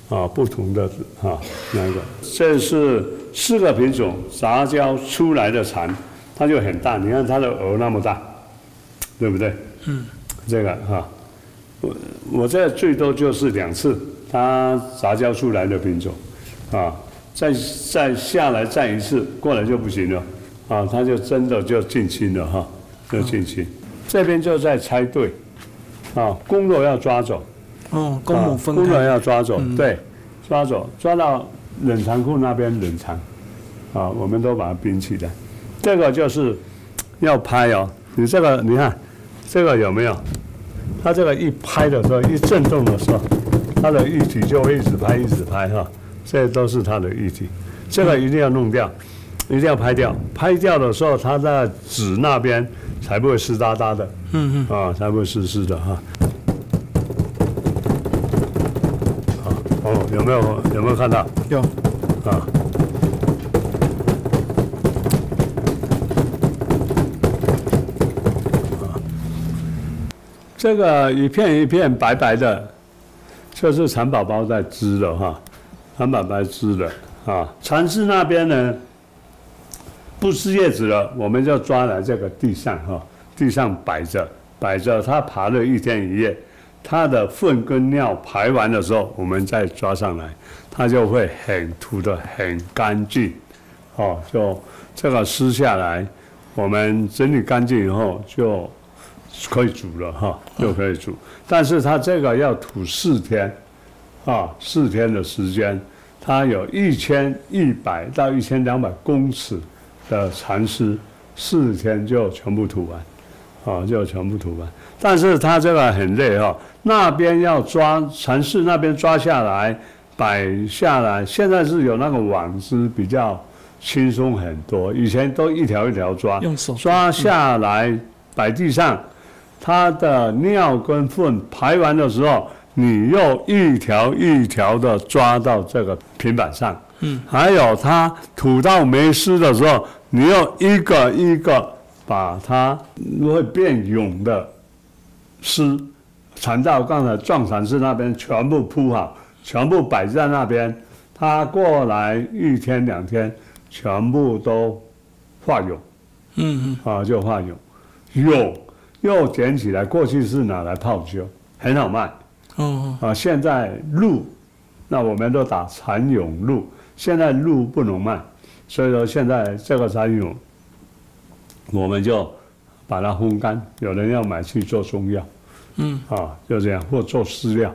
啊，不同的啊那个，这是四个品种杂交出来的蚕，它就很大，你看它的鹅那么大，对不对？嗯，这个哈、我我这最多就是两次，它杂交出来的品种，啊，再再下来再一次过来就不行了，啊，它就真的就近亲了哈、就近亲。这边就在拆对，啊，公的要抓走，哦，公母分工人开，啊嗯要抓走，对，抓走，抓到冷藏库那边冷藏，啊，我们都把它冰起来。这个就是要拍哦，你这个你看，这个有没有？它这个一拍的时候，一震动的时候，它的液体就会一直拍，一直拍哈，这都是它的液体。这个一定要弄掉，一定要拍掉。拍掉的时候，它在纸那边才不会湿哒哒的，嗯嗯，啊，才不会湿湿的哈。哦，有没有有没有看到有，啊？这个一片一片白白的，就是蚕宝宝在织的哈，蚕宝宝织的啊。蚕室那边呢，不吃叶子了，我们就抓来这个地上哈，地上摆着摆着，它爬了一天一夜，它的粪跟尿排完的时候，我们再抓上来，它就会很吐的很干净，哦，就这个撕下来，我们整理干净以后就可以煮了哈，就可以煮。但是它这个要吐四天，啊，四天的时间，它有一千一百到一千两百公尺的蚕丝，四天就全部吐完，啊，就全部吐完。但是它这个很累哈、那边要抓蚕丝，那边抓下来，摆下来。现在是有那个网织比较轻松很多，以前都一条一条抓，用手抓下来摆地上，它的尿跟粪排完的时候，你又一条一条的抓到这个平板上。嗯，还有它吐到没湿的时候，你又一个一个把它会变蛹的湿缠到刚才撞船室那边全部铺好，全部摆在那边。它过来一天两天，全部都化蛹。嗯嗯，啊，就化蛹，蛹又捡起来，过去是拿来泡酒，很好卖哦哦，啊。现在鹿，那我们都打蚕蛹鹿，现在鹿不能卖，所以说现在这个蚕蛹，我们就把它烘干，有人要买去做中药，嗯，啊，就这样，或做饲料。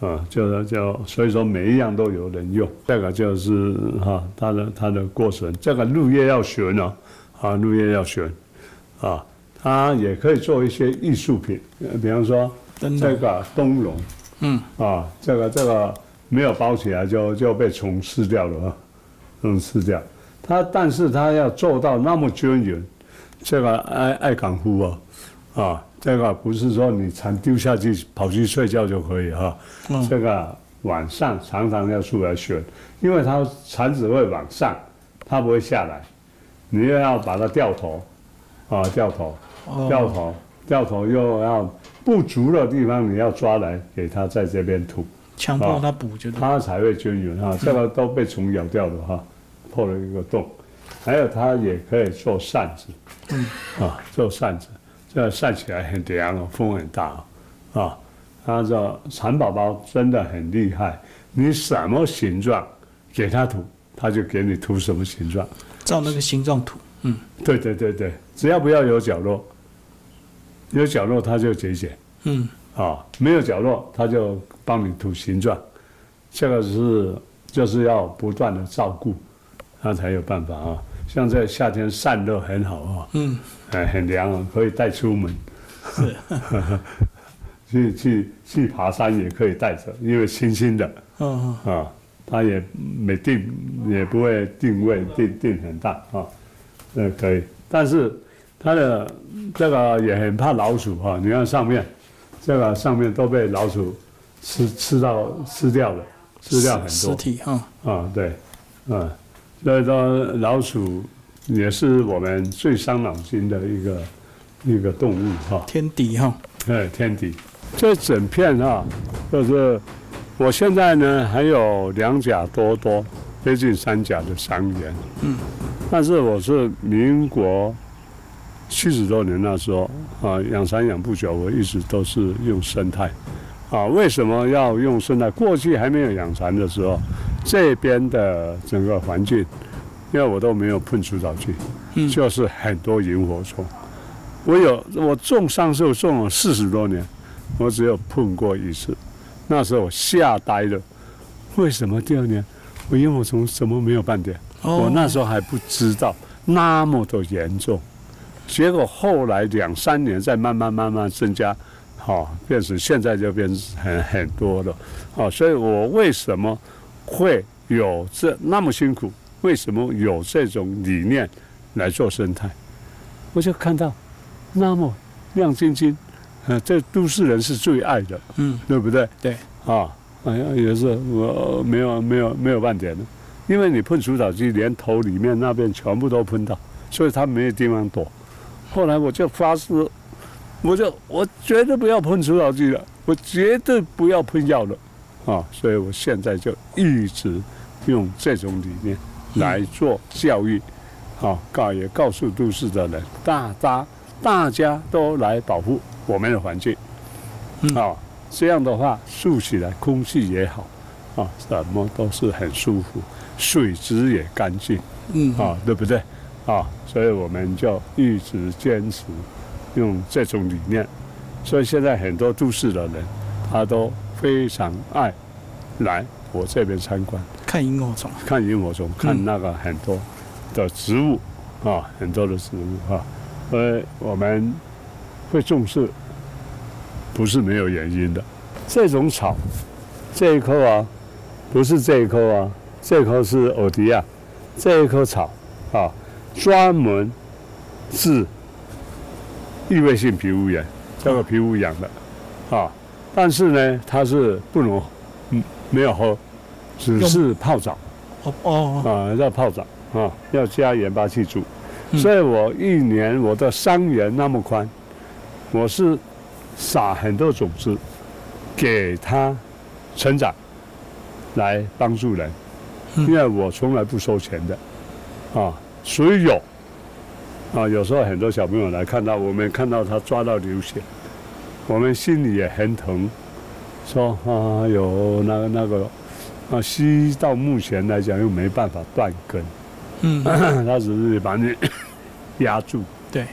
啊，就是就所以说每一样都有人用，这个就是哈、它的它的过程，这个入叶要学呢，啊，入叶要学，啊，它也可以做一些艺术品，呃比方说灯笼这个灯笼，嗯，啊，这个这个没有包起来就就被虫吃掉了啊，虫吃掉，它但是它要做到那么均匀，这个爱爱港夫啊，啊，这个不是说你蚕丢下去跑去睡觉就可以哈、嗯这个晚上常常要出来选，因为它蚕子会往上，它不会下来，你又要把它掉头，啊，掉头，掉哦，头，掉头又要不足的地方，你要抓来给它在这边吐，强迫他补就对。它才会均匀哈。这个都被虫咬掉的哈，破了一个洞。还有它也可以做扇子，嗯，啊，做扇子，这扇起来很凉哦，风很大哦，啊，它这蚕宝宝真的很厉害，你什么形状给它吐，它就给你吐什么形状。照那个形状图，嗯，对对对对，只要不要有角落，有角落它就解解嗯，啊，没有角落它就帮你吐形状，这个是就是要不断的照顾，它才有办法啊。像在夏天散热很好啊，嗯，哎，很凉啊，可以带出门。 去去去爬山也可以带着，因为轻轻的嗯，啊，它也没定，也不会定位定定很大啊。呃，可以，但是它的这个也很怕老鼠哈、你看上面，这个上面都被老鼠吃吃到吃掉了，吃掉很实多体嗯哈，啊，对，啊，所以说老鼠也是我们最伤脑筋的一个一个动物哈、天嗯哦敌哈，哎，天敌。这整片啊，就是我现在呢还有两甲多多，接近三甲的桑园。嗯，但是我是民国七十多年那时候啊，养蚕养不久，我一直都是用生态。啊，为什么要用生态？过去还没有养蚕的时候，这边的整个环境，因为我都没有喷除草剂，嗯就是很多萤火虫。我有我种桑树种了四十多年，我只有碰过一次，那时候我吓呆了。为什么第二年我萤火虫怎么没有半点？我哦，那时候还不知道那么的严重，结果后来两三年再慢慢慢慢增加，好、变成现在就变成很很多了，好、所以我为什么会有这那么辛苦？为什么有这种理念来做生态？我就看到那么亮晶晶，呃，这都市人是最爱的，嗯，对不对？对，啊，哎呀，也是我呃没有没有没有半点的，因为你喷除草剂，连头里面那边全部都喷到，所以它没有地方躲。后来我就发誓，我就我绝对不要喷除草剂了，我绝对不要喷药了，啊，所以我现在就一直用这种理念来做教育，啊，告也告诉都市的人，大家大家都来保护我们的环境，嗯啊，这样的话树起来空气也好，啊，什么都是很舒服，水质也干净。嗯，啊，对不对？啊，所以我们就一直坚持用这种理念，所以现在很多都市的人，他都非常爱来我这边参观，看萤火虫，看萤火虫，看那个很多的植物啊，很多的植物啊，所以我们会重视，不是没有原因的。这种草，这一棵啊，不是这一棵啊，这棵是欧迪亚，这一棵草啊，专门治异位性皮肤炎，这个皮肤痒的啊，但是呢，它是不能，嗯，没有喝，只用是泡澡。哦哦，啊，要泡澡啊，要加盐巴去煮。嗯所以我一年我的桑园那么宽，我是撒很多种子，给它成长，来帮助人，嗯因为我从来不收钱的，啊，所以有。啊，有时候很多小朋友来看到我们，看到他抓到流血，我们心里也很疼，说啊有那个那个啊，西医到目前来讲又没办法断根， 嗯，它只是把你 压住对，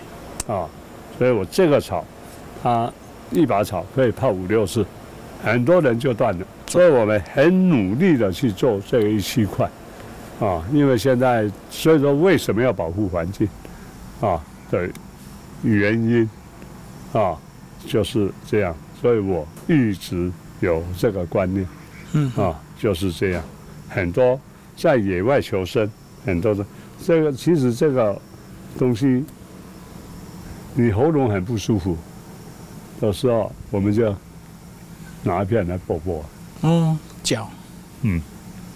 啊。所以我这个草，它一把草可以泡五六次，很多人就断了。所以我们很努力的去做这一区块啊，因为现在所以说为什么要保护环境啊的原因啊，就是这样。所以我一直有这个观念。嗯，啊，就是这样。很多在野外求生，很多的这个其实这个东西，你喉咙很不舒服的时候，我们就拿一片来啊剥剥，哦，脚，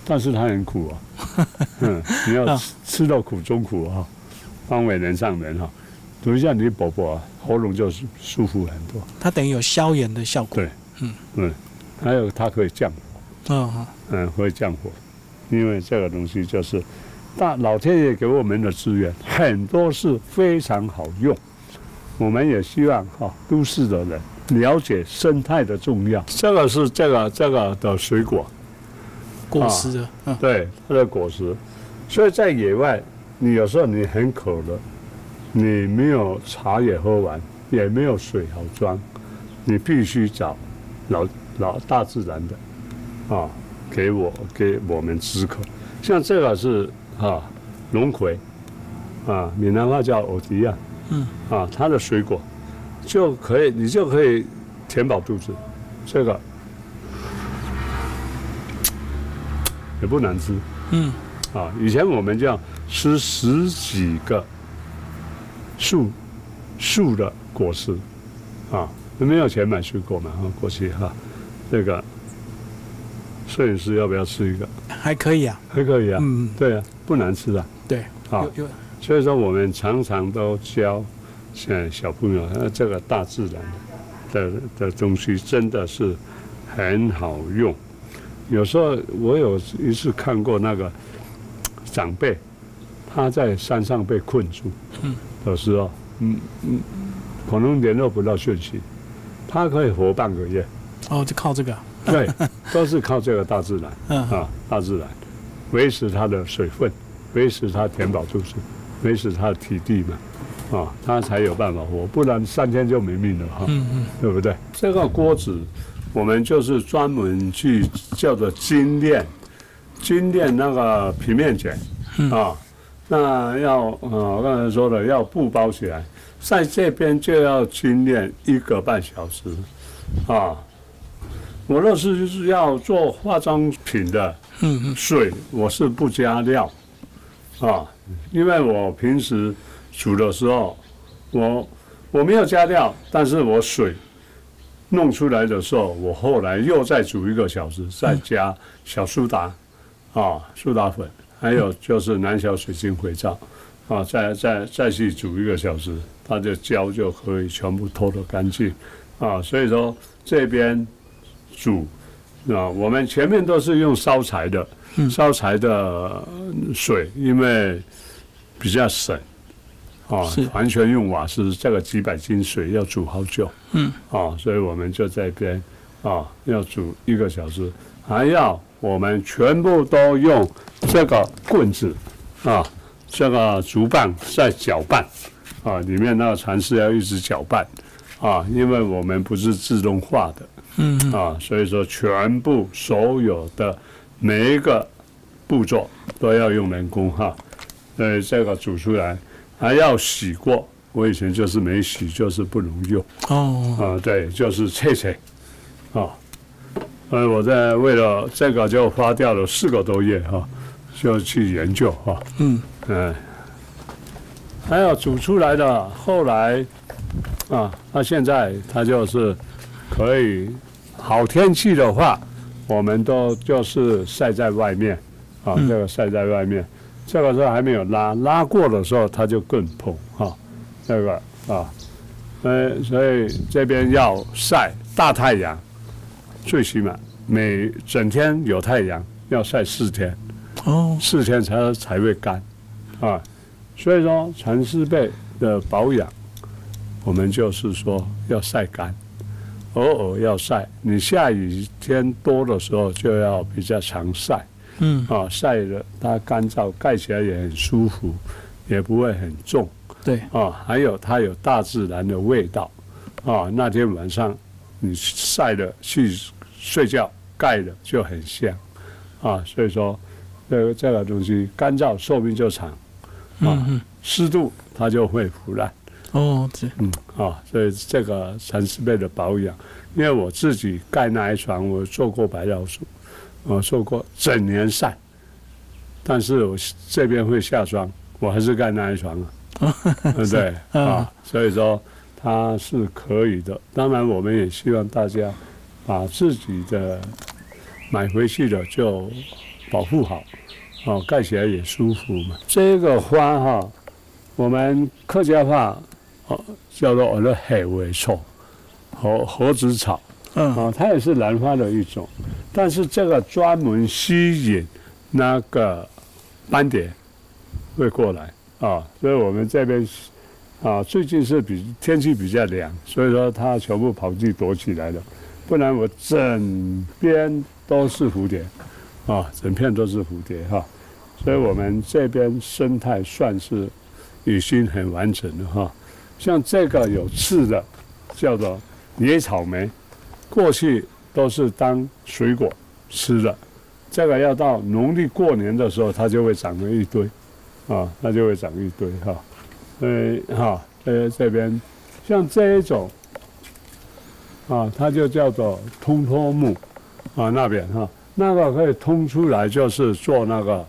但是它很苦啊，嗯，你要啊吃吃到苦中苦啊，方伟人上人哈，啊涂一下你的薄薄啊，喉咙就舒舒服很多。它等于有消炎的效果。对还有它可以降嗯，嗯，会降火，因为这个东西就是大老天爷给我们的资源，很多是非常好用。我们也希望哈、都市的人了解生态的重要。这个是这个这个的水果，过湿的。嗯，对它的果实。所以在野外，你有时候你很渴了，你没有茶也喝完，也没有水好装，你必须找老老大自然的啊，给我给我们止渴。像这个是啊龙葵啊，闽南话叫欧迪亚，嗯啊，它的水果就可以你就可以填饱肚子，这个也不难吃。嗯，啊，以前我们这样吃十几个树树的果实啊，没有钱买水果嘛，啊，过去哈、这个摄影师要不要吃一个？还可以啊。还可以啊，嗯，对啊，不难吃的对，啊有。有所以说我们常常都教现在小朋友，呃，这个大自然的的东西真的是很好用。有时候我有一次看过那个长辈，他在山上被困住，有时候，嗯嗯，可能联络不到讯息，他可以活半个月，哦，就靠这个啊。 对，都是靠这个大自然。嗯，啊，大自然维持它的水分，维持它填饱肚子，维持它的体力嘛，啊，它才有办法活，不然三天就没命了哈、嗯嗯，对不对？这个锅子，我们就是专门去叫做精炼，精炼那个平面卷嗯啊，那要呃，我刚才说了，要布包起来，在这边就要精炼一个半小时啊。我若是就是要做化妆品的，嗯水我是不加料啊，因为我平时煮的时候，我我没有加料，但是我水弄出来的时候，我后来又再煮一个小时，再嗯加小苏打啊、苏打粉，还有就是南小水晶肥皂啊，再再再去煮一个小时，它的胶就可以全部脱得干净啊。所以说这边煮啊，我们前面都是用烧柴的，嗯烧柴的呃水，因为比较省啊是，完全用瓦斯，这个几百斤水要煮好久，嗯，啊，所以我们就在边啊要煮一个小时，还要我们全部都用这个棍子啊，这个竹棒在搅拌啊，里面那个蚕丝要一直搅拌啊，因为我们不是自动化的，嗯嗯，啊，所以说全部所有的每一个步骤都要用人工哈，呃，这个煮出来还要洗过，我以前就是没洗，就是不能用哦，啊，对，就是切切啊，呃，我在为了这个就花掉了四个多月哈、就去研究哈、嗯，嗯，还有煮出来的，后来啊，那现在它就是可以好天气的话，我们都就是晒在外面啊，这个晒在外面，这个时候还没有拉，拉过的时候它就更蓬哈，这个啊，呃，所以这边要晒大太阳，最起码每整天有太阳要晒四天。哦，四天才才会干，啊，所以说蚕丝被的保养，我们就是说要晒干，偶尔要晒。你下雨天多的时候就要比较常晒嗯，啊，晒的它干燥，盖起来也很舒服，也不会很重。对，啊，还有它有大自然的味道啊。那天晚上你晒了去睡觉，盖了就很香啊。所以说，这个这个东西干燥寿命就长，啊嗯嗯，湿度它就会腐烂。哦，这，嗯啊，所以这个蚕丝被的保养，因为我自己盖那一床，我做过白老鼠，我做过整年晒，但是我这边会下霜，我还是盖那一床啊，对不对嗯啊？所以说它是可以的。当然，我们也希望大家把自己的买回去的就保护好，哦，盖起来也舒服嘛。这个花哈、我们客家话哦叫做我的海尾草，猴猴子草嗯，啊，它也是兰花的一种，但是这个专门吸引那个斑蝶会过来啊，所以我们这边是啊最近是比天气比较凉，所以说它全部跑去躲起来了，不然我整边都是蝴蝶啊，整片都是蝴蝶哈、所以我们这边生态算是已经很完整了哈。像这个有刺的，叫做野草莓，过去都是当水果吃的，这个要到农历过年的时候，它就会长成一堆，啊，它就会长一堆哈。呃，哈，呃，这边像这一种，啊，它就叫做通托木，啊，那边哈，那个可以通出来，就是做那个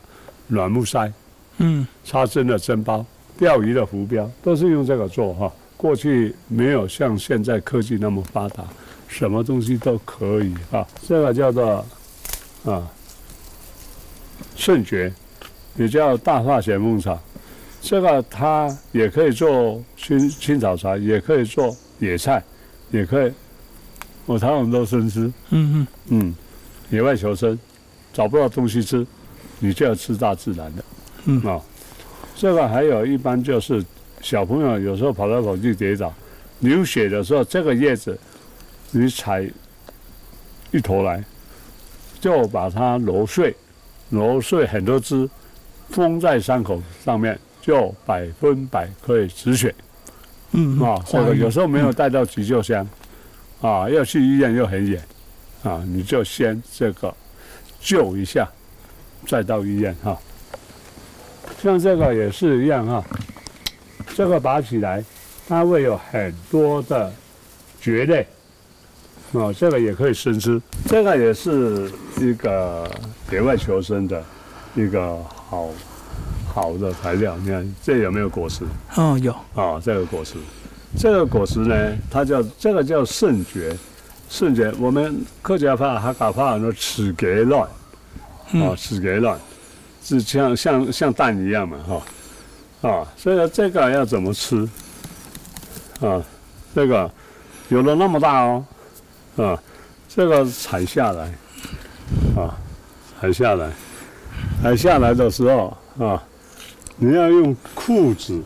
软木塞，嗯，插针的针包、钓鱼的浮标，都是用这个做哈。过去没有像现在科技那么发达，什么东西都可以啊。这个叫做啊圣蕨，也叫大化咸梦草。这个它也可以做青青草茶，也可以做野菜，也可以我常常都生吃。嗯嗯，嗯，野外求生，找不到东西吃，你就要吃大自然的。嗯啊、这个还有一般就是小朋友有时候跑来跑去跌倒，流血的时候，这个叶子你采一头来，就把它揉碎，揉碎很多汁，封在伤口上面，就百分百可以止血。嗯啊，这个有时候没有嗯带到急救箱，啊，要去医院又很远，啊，你就先这个救一下，再到医院哈、像这个也是一样哈、这个拔起来，它会有很多的蕨类，哦，这个也可以生吃，这个也是一个野外求生的一个好好的材料。你看这有没有果实？哦有，啊、这个果实，这个果实呢，它叫这个叫肾蕨，肾蕨我们客家话、哈嘎话说齿蕨卵，啊，嗯齿蕨卵，是像像像蛋一样嘛，哈、啊，所以呢这个要怎么吃？啊，这个有的那么大哦，啊，这个采下来，啊，采下来，采下来的时候啊，你要用裤子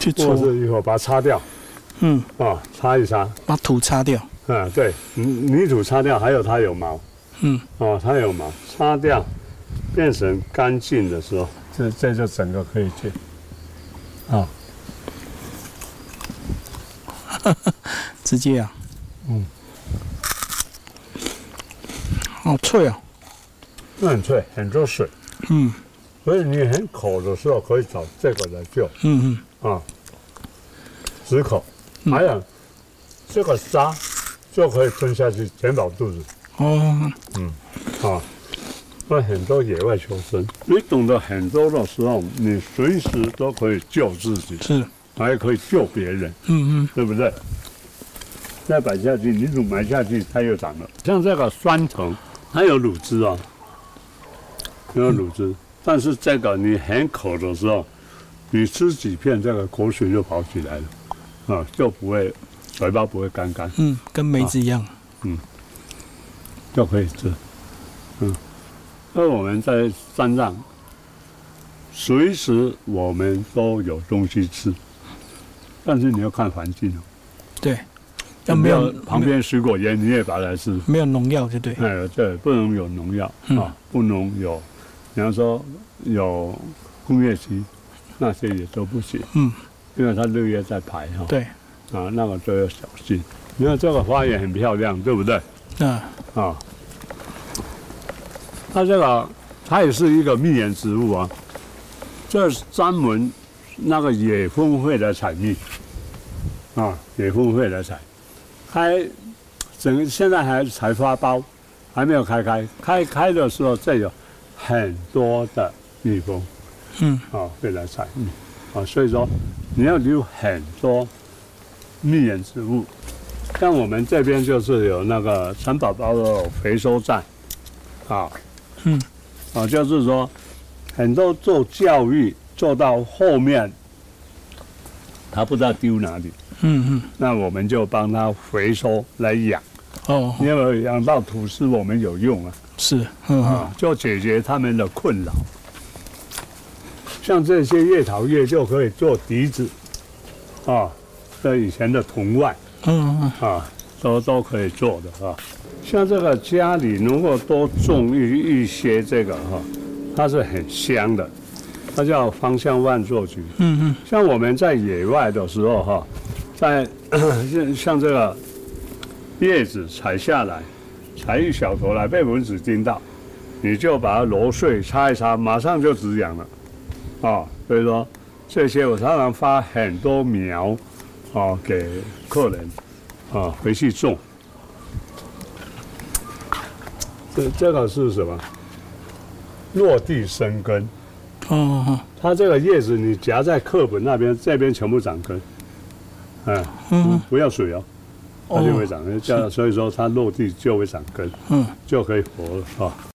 去或者搓，一会儿把它擦掉。嗯，啊，擦一擦，把土擦掉，啊，对，泥泥土擦掉，还有它有毛，嗯，哦，它有毛，擦掉，变成干净的时候，这这就整个可以去，啊，直接啊，嗯，好脆哦，那很脆，很多水，嗯所以你很口的时候可以找这个来救，嗯嗯，啊，止口，嗯还有这个沙就可以吞下去，填饱肚子，哦，啊，那很多野外求生，你懂得很多的时候，你随时都可以救自己，是，还可以救别人，嗯嗯对不对？再摆下去，你乳埋下去，它又长了。像这个酸藤，它有乳汁哦，有乳汁。嗯但是这个你很口的时候，你吃几片，这个口水就跑起来了，啊，就不会嘴巴不会干干，嗯，跟梅子一样，就可以吃。嗯，那我们在山上，随时我们都有东西吃，但是你要看环境哦。对，要没啊没有有旁边水果园你也把它吃，没有农药就对，哎，对，不能有农药嗯啊，不能有，比方说有工业区那些也都不行，嗯，因为它日夜在排哈，对，啊，那个都要小心。你看这个花也很漂亮，对不对那啊？它这个它也是一个蜜源植物啊，这是专门那个野蜂会来采蜜啊，野蜂会来采，开整个现在还才发包，还没有开开，开开的时候再有很多的蜜蜂嗯啊会来采蜜啊，所以说你要留很多蜜源植物。像我们这边就是有那个蚕宝宝的回收站啊，嗯啊，就是说很多做教育做到后面他不知道丢哪里，嗯嗯，那我们就帮他回收来养，哦，因为养到土是我们有用啊，是，嗯嗯，啊，就解决他们的困扰。像这些叶桃叶就可以做笛子，啊，这以前的铜腕嗯嗯，啊，都都可以做的啊。像这个家里如果多种一一些这个哈、它是很香的，它叫芳香万座菊。嗯嗯，像我们在野外的时候哈，在 像像这个叶子采下来，采一小坨来被蚊子叮到，你就把它揉碎擦一擦，马上就止痒了，啊、所以说这些我常常发很多苗，啊、给客人，啊、回去种。这这个是什么？落地生根。哦哦，它这个叶子你夹在课本那边，这边全部长根，哎，嗯不要水哦，它就会哦，长根，这样所以说它落地就会长根，嗯，就可以活了啊。